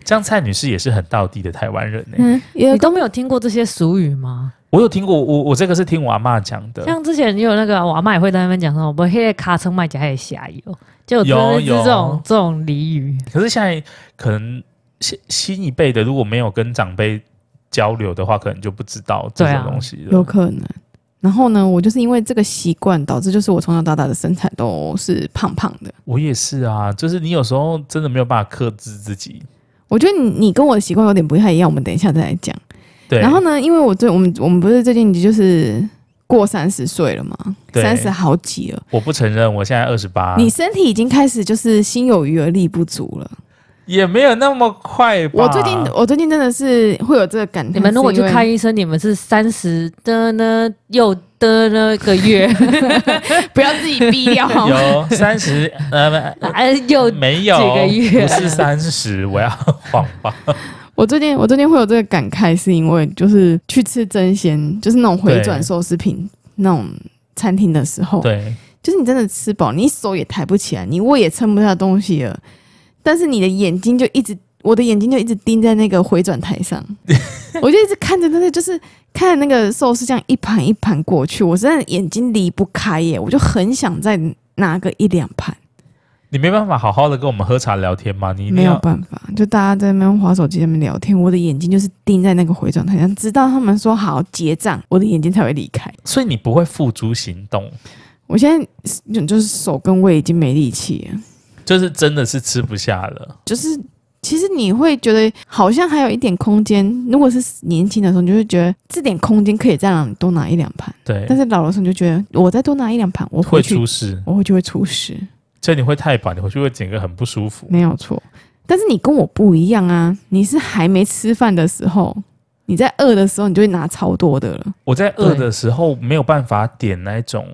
这样蔡女士也是很道地的台湾人呢、欸
嗯，也
啊
你都没有听过这些俗语吗？
我有听过，我我这个是听我阿嬷讲的。
像之前也有那个我阿妈也会在那边讲说，我黑卡车卖家还有虾油，就真的是
有有
这种这种俚语。
可是现在可能新新一辈的如果没有跟长辈交流的话，可能就不知道这
对
种
啊
东西了。
有可能。然后呢，我就是因为这个习惯，导致就是我从小到大的身材都是胖胖的。
我也是啊，就是你有时候真的没有办法克制自己。
我觉得你你跟我的习惯有点不太一样，我们等一下再来讲。
对，
然后呢，因为我最我们我们不是最近就是过三十岁了嘛，
对啊
三十好几了，
我不承认，我现在二十八，
你身体已经开始就是心有余而力不足了。
也没有那么快吧？
我最近我最近真的是会有这个感叹，
你们如果去
是因为
看医生，你们是三十的呢，又的呢个 月，
不要自己逼掉好吗？
有三十，呃，
哎又
没有
几个月
不是三十，我要谎吧？
我最近我最近会有这个感慨，是因为就是去吃真鲜，就是那种回转寿司品那种餐厅的时候，
对，
就是你真的吃饱，你手也抬不起来，你胃也撑不下东西了，但是你的眼睛就一直，我的眼睛就一直盯在那个回转台上，我就一直看着那个，就是看着那个寿司这样一盘一盘过去，我真的眼睛离不开耶，我就很想再拿个一两盘，
你没办法好好的跟我们喝茶聊天吗？你一定
没有
要
办法，就大家在那边划手机在那边聊天，我的眼睛就是盯在那个回转台上，直到他们说好结账，我的眼睛才会离开。
所以你不会付诸行动，
我现在就就是手跟胃已经没力气了。
就是真的是吃不下了。
就是其实你会觉得好像还有一点空间。如果是年轻的时候，你就会觉得这点空间可以再让你多拿一两盘；
对，
但是老的时候，你就觉得我再多拿一两盘，我
会
回去
出事。
我回去会出事，
所以你会太饱，你回去会整个很不舒服。
没有错。但是你跟我不一样啊，你是还没吃饭的时候，你在饿的时候，你就会拿超多的了。
我在饿
对
的时候没有办法点那种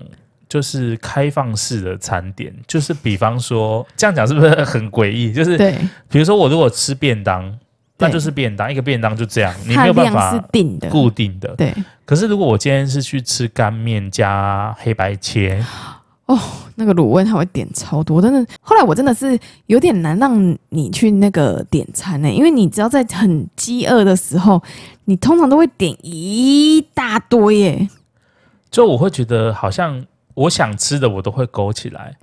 就是开放式的餐点，就是比方说这样讲是不是很诡异？就是
对，
比如说我如果吃便当，那
对
就是便当，一个便当就这样，你
它
没
的
有办
量是
法
定的。
固定的。
对，
可是如果我今天是去吃干面加黑白切，
那个卤味他会点超多，真的。后来我真的是有点难让你去那个点餐呢、因为你只要在很饥饿的时候，你通常都会点一大堆耶、
就我会觉得好像我想吃的我都会勾起来。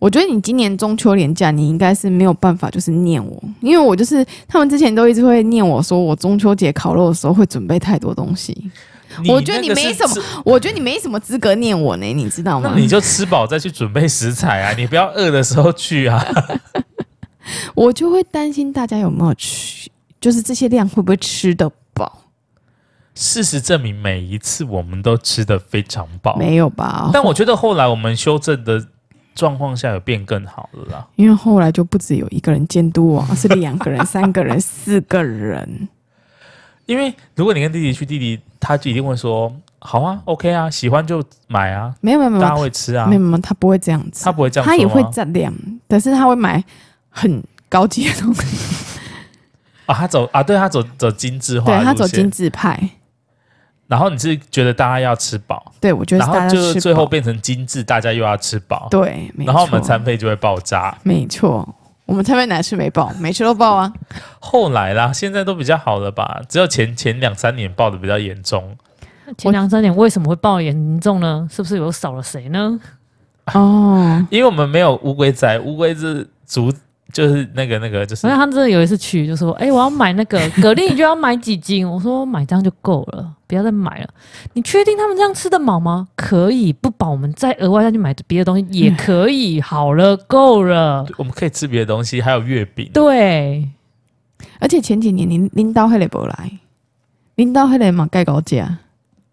我觉得你今年中秋连假，你应该是没有办法就是念我，因为我就是他们之前都一直会念我说我中秋节烤肉的时候会准备太多东西，我觉
那
得你
个是
没什么
吃
我觉得你没什么资格念我呢，你知道吗
那？你就吃饱再去准备食材啊，你不要饿的时候去啊。
我就会担心大家有没有吃，就是这些量会不会吃得饱。
事实证明，每一次我们都吃得非常饱，
没有吧？
但我觉得后来我们修正的状况下有变更好了啦。
因为后来就不只有一个人监督我，而是两个人、三个人、四个人。
因为如果你跟弟弟去，弟弟他就一定会说：“好啊，OK 啊，喜欢就买啊，
没有没有没有
大家会吃啊
嗯没。有没有，他不会这样”子
他，不会这样说啊
他也会
吗
占量，但是他会买很高级的东西。
啊，他走啊，对他走走精致化，
对他走精，致派，
然后你是觉得大家要吃饱，
对我觉得
然
是大
后
家
就是
吃
最后
饱
变成精致，大家又要吃饱，
对，没
然后我们
错
餐费就会爆炸。
没错，我们餐费哪次没报，每次都 报啊。
后来啦，现在都比较好了吧？只有前前两三年爆的比较严重，
前两三年为什么会爆严重呢？是不是有少了谁呢？
哦，
因为我们没有乌龟仔，乌龟是竹，就是那个那个就是
好
啊
像他真的有一次去就说：“哎、我要买那个蛤蜊，你就要买几斤。”我说：“买这样就够了，不要再买了。”你确定他们这样吃得饱吗？可以不饱，我们再额外再去买别的东西也可以。好了，够了。
我们可以吃别的东西，还有月饼。
对，
而且前几年您拎到黑雷不来，拎到黑雷嘛盖高价，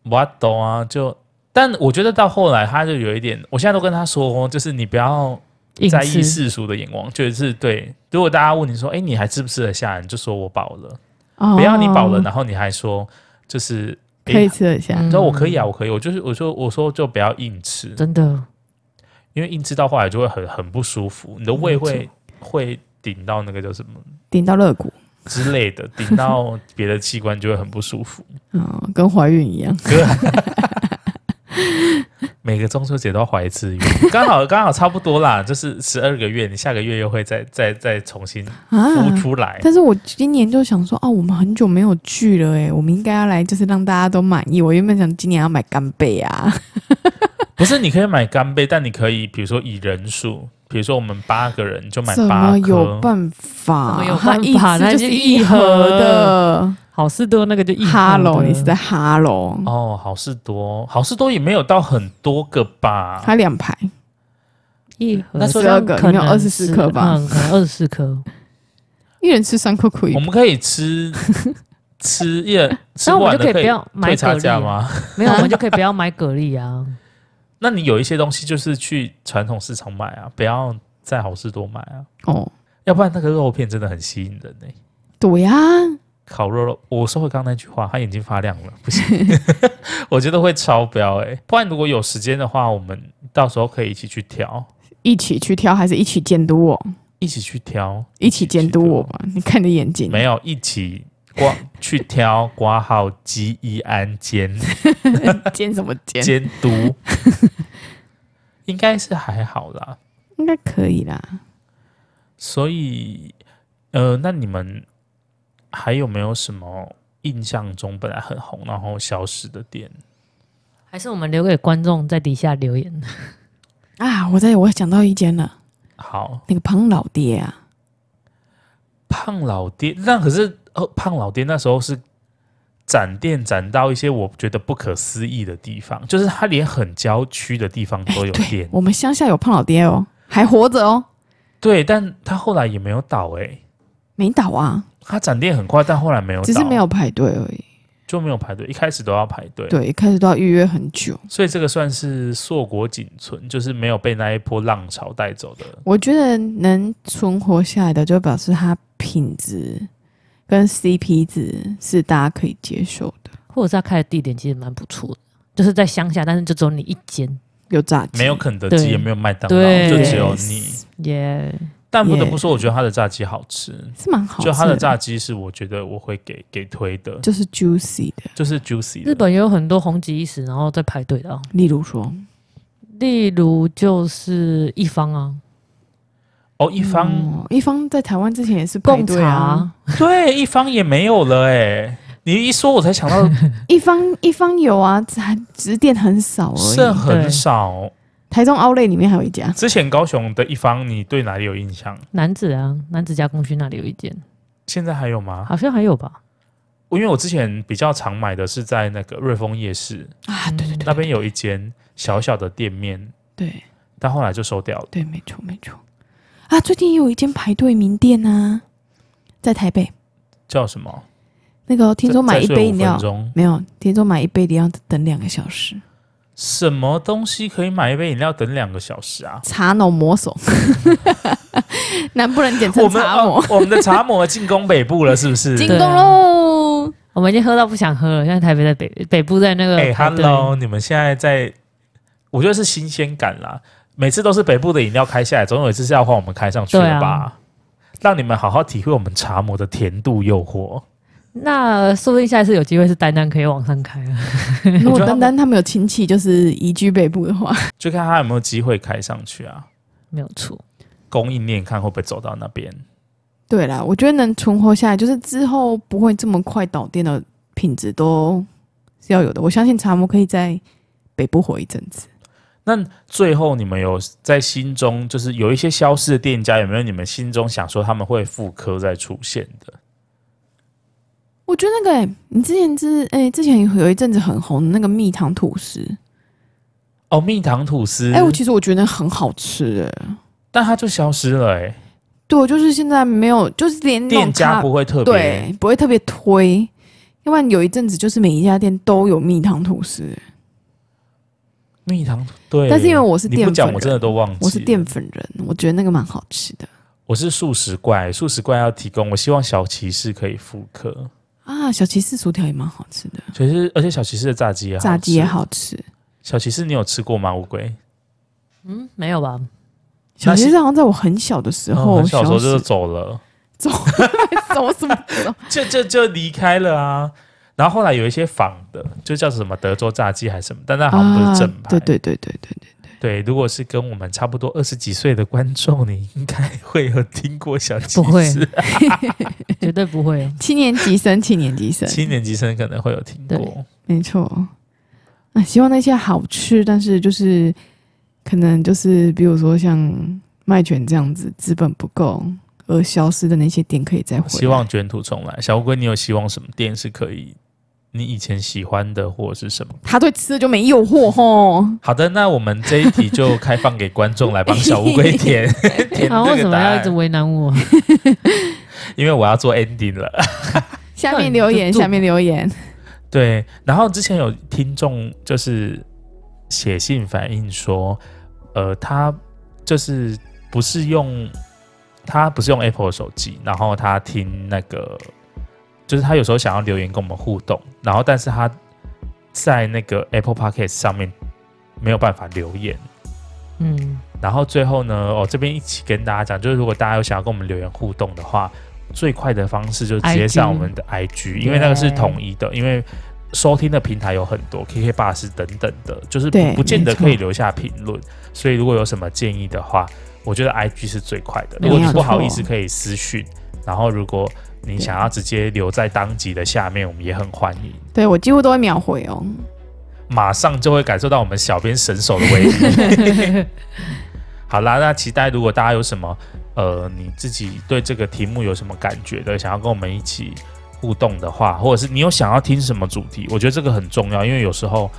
我懂啊，就但我觉得到后来他就有一点，我现在都跟他说哦，就是你不要
硬
在意
吃。
世俗的眼光，就是对。如果大家问你说，哎、你还吃不吃得下？你就说我饱了，
哦
不要你饱了，然后你还说就是
可以
诶
吃嗯得
嗯
下。
你说我可以啊，我可以，我就是我说我说就不要硬吃，
真的，
因为硬吃到后来就会很很不舒服，你的胃会会顶到那个叫什么
顶到肋骨，
之类的，顶到别的器官就会很不舒服。
嗯，跟怀孕一样。
每个中秋节都要怀一次孕，刚好刚好差不多啦， 就是十二个月，你下个月又会再再再重新孵
啊！
出来。
但是我今年就想说，哦，我们很久没有聚了，哎，我们应该要来，就是让大家都满意。我原本想今年要买干贝啊，
不是，你可以买干贝，但你可以比如说以人数，比如说我们八个人 就买
怎
八
么有
颗。
办法？
怎么有办法
它一
那就
次就是
是
一
一
盒
盒
的。
好事多那个就一盒
哈喽，
的
你是在哈喽？
哦，好事多，好事多也没有到很多个 吧？
它两排，
一盒
那
这
说
样
12个
可
里面有
能
24
是
颗吧
嗯，可能二十四颗。
一人吃三颗苦
我们可以吃吃 一人吃
那我们
完
就可
了
以不要买
退差
蛤蜊
价吗？
没有，我们就可以不要买蛤蜊啊。
那你有一些东西就是去传统市场买啊，不要在好事多买啊，
哦，
要不然那个肉片真的很吸引人呢、
对呀、
烤肉肉，我说回刚刚那句话，他眼睛发亮了，不 行， 我觉得会超标哎、不然如果有时间的话，我们到时候可以一起去挑，
一起去挑还是一起监督我？
一起去挑，
一起监督我
吧。
吧！你看你的眼睛，
没有，一起刮去 挑挂号鸡一安监
监什么监？
监 督，应该是还好啦。
应该可以啦。
所以，呃，那你们还有没有什么印象中本来很红然后消失的店？
还是我们留给观众在底下留言。
啊，我在我想到一间了，
好，
那个胖老爹啊，
胖老爹，那可是呃，胖老爹那时候是展店展到一些我觉得不可思议的地方，就是他连很郊区的地方都有
哎对
店，，
我们乡下有胖老爹哦，还活着哦，
对，但他后来也没有倒哎、
没倒啊，
他展店很快，但后来没有倒，
只是没有排队而已。
就没有排队，一开始都要排队，，
对，一开始都要预约很久。
所以这个算是硕果仅存，就是没有被那一波浪潮带走的。
我觉得能存活下来的，就表示它品质跟 CP 值是大家可以接受的。
或者是他开的地点其实蛮不错的，就是在乡下，但是就只有你一间，
有炸鸡，
没有肯德
对
基，也没有麦当劳，
对
就只有你。
耶、
但不得不
Yes
说，我觉得他的炸鸡好吃，
是蛮好吃
就他的炸鸡是我觉得我会给给推的，
就是 juicy 的，
就是 juicy 的。
日本也有很多红极一时，然后在排队的、啊，
例如说，
例如就是一方啊，
哦，一方、
哦一方在台湾之前也是排
贡
队
茶、
啊，
对一方也没有了哎、你一说我才想 到
一方一方有啊，只还只店很少而
剩
已。
很少。
台中奥莱里面还有一家，
之前高雄的一方，你对哪里有印象？
男子啊，男子加工区那里有一间，
现在还有吗？
好像还有吧？
因为我之前比较常买的是在那个瑞丰夜市
啊对对对
那边有一间小小的店面，
对
但后来就收掉了。
对，没错没错。啊，最近也有一间排队名店啊，在台北。
叫什么？
那个哦听说
再
买
再
一
睡
杯
五
饮
分
料，
钟
没有，听说买一杯饮料等两个小时，
什么东西可以买一杯饮料等两个小时 啊？
茶农魔手，南部人简
我
称
们、
茶魔
哦，我们的茶魔进攻北部了，是不 是？
进
对
攻喽！
我们已经喝到不想喝了，现在台北在北北部在那个
哎、
排
h e
队
l l o 你们现在在，我觉得是新鲜感啦。每次都是北部的饮料开下来，总有一次是要换我们开上去
对
的
啊
吧？让你们好好体会我们茶魔的甜度诱惑。
那说不定下一次有机会是丹丹可以往上开了。
如
我觉
果
得
单单他们有亲戚就是移居北部的话，
就看他有没有机会开上去啊。
没有错，
供应链看会不会走到那边。
对啦，我觉得能存活下来，就是之后不会这么快倒店的品质都是要有的。我相信茶模可以在北部活一阵子。
那最后你们有在心中，就是有一些消失的店家，有没有你们心中想说他们会复刻再出现的？
我觉得那个、欸、你之前之哎、之前有有一阵子很红的那个蜜糖吐司，
哦，蜜糖吐司，
哎、我其实我觉得很好吃哎、
但它就消失了、欸，
对，我就是现在没有，就是连那种
店家
咖
不会特别。
对不会特别推，要不然有一阵子就是每一家店都有蜜糖吐司欸、
蜜糖对，
但是因为我是
你不
淀粉
讲，
人，
我真的都忘记。
我是淀，粉人，我觉得那个蛮好吃的
我是素食怪，素食怪要提供，我希望小骑士可以复刻。
啊。小骑士薯条也蛮好吃的，
其实，而且小骑士的炸鸡也好吃
炸鸡也。好吃。
小骑士你有吃过吗？乌龟？
嗯，没有吧？
小
那
骑
是
士好像在我很小的时候，
嗯很小的时候就
死
走了。
走 走什么走？
就就就离开了啊。然后后来有一些仿的，就叫什么德州炸鸡还是什么，但 那好像不是正牌。
啊对对对对对对，
对如果是跟我们差不多二十几岁的观众，你应该会有听过小骑
不会
士，
绝对不会。
七年级生，七年级生，
七年级生可能会有听过
对。
没错。啊，希望那些好吃，但是就是可能就是比如说像麦卷这样子，资本不够而消失的那些店，可以再回来。
希望卷土重来。小乌龟，你有希望什么店是可以你以前喜欢的，或者是什么？
他对吃的就没诱惑吼。
好的，那我们这一题就开放给观众来帮小乌龟 填填
啊，为
这
什
个
么
答
要一直
案，
为难我？
因为我要做 ending 了。
下面留言，
那你就
下面留言，
对，然后之前有听众就是写信反映说，呃，他就是不是用他不是用 Apple 手机，然后他听那个，就是他有时候想要留言跟我们互动，然后但是他在那个 Apple Podcast 上面没有办法留言。
嗯，
然后最后呢，哦，这边一起跟大家讲，就是如果大家有想要跟我们留言互动的话，最快的方式就直接
IG
上我们的 IG，因为那个是统一的，因为收听的平台有很多，KK Bus 等等的，就是不
对
不见得
没错
可以留下评论，所以如果有什么建议的话，我觉得 IG 是最快的。如
没有
果你不
错
好意思，可以私讯，然后如果你
对
想要直接留在当集的下面，我们也很欢迎，
对我几乎都会秒回哦。
马上就会感受到我们小编神手的威 力。
啊
好啦，那期待如果大家有什么呃，你自己对这个题目有什么感觉的，想要跟我们一起互动的话，或者是你有想要听什么主题，我觉得这个很重要，因为有时候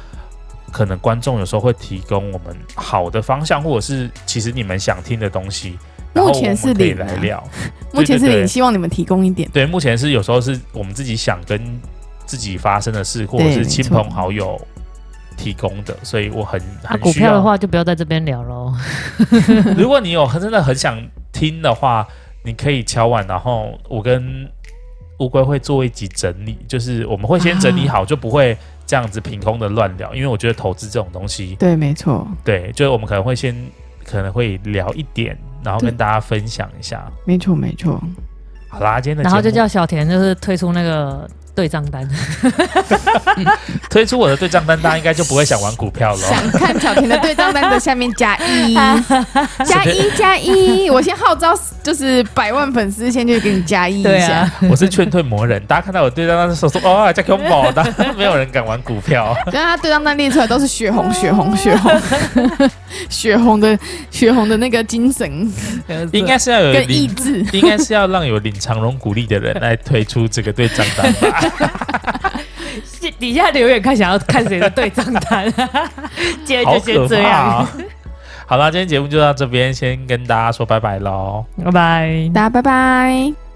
可能观众有时候会提供我们好的方向，或者是其实你们想听的东西，然后
目前
我们
是
可以
零啊
来聊。
目前是
对对
你希望你们提供一点，
对，目前是有时候是我们自己想跟自己发生的事，或者
对
是
没
亲
错
朋好友提供的，所以我很
啊，
很
股
需
票
要。
的话就不要在这边聊喽。
如果你有真的很想听的话，你可以敲碗，然后我跟乌龟会做一集整理，就是我们会先整理好，就不会这样子凭空的乱聊，因为我觉得投资这种东西，
对，没错，
对，就是我们可能会先可能会聊一点，然后跟
对
大家分享一下。
没错，没错。
好啦，今天的
然后就
节目
叫小田就是推出那个对账 单，
推出我的对账单，大家应该就不会想玩股票 了。
想看小田的对账单的下面加一，
啊
加一加一，我先号召就是百万粉丝先去给你加一一
对
下
啊，，
我是劝退魔人，大家看到我对账单的时候说：“哦，加 combo，当然没有人敢玩股票。
就让他对账单列出来都是血 红血红血红 血红的血红的那个精神
应该是要有
跟
领
意志，
应该是要让有领长荣鼓励的人来推出这个对账单 吧。
底下留言看想要看谁的对账 单，今天
好
就
可
先这
怕、
样
哦，！好啦，今天节目就到这边，先跟大家说拜拜喽。
拜拜。
大家拜拜。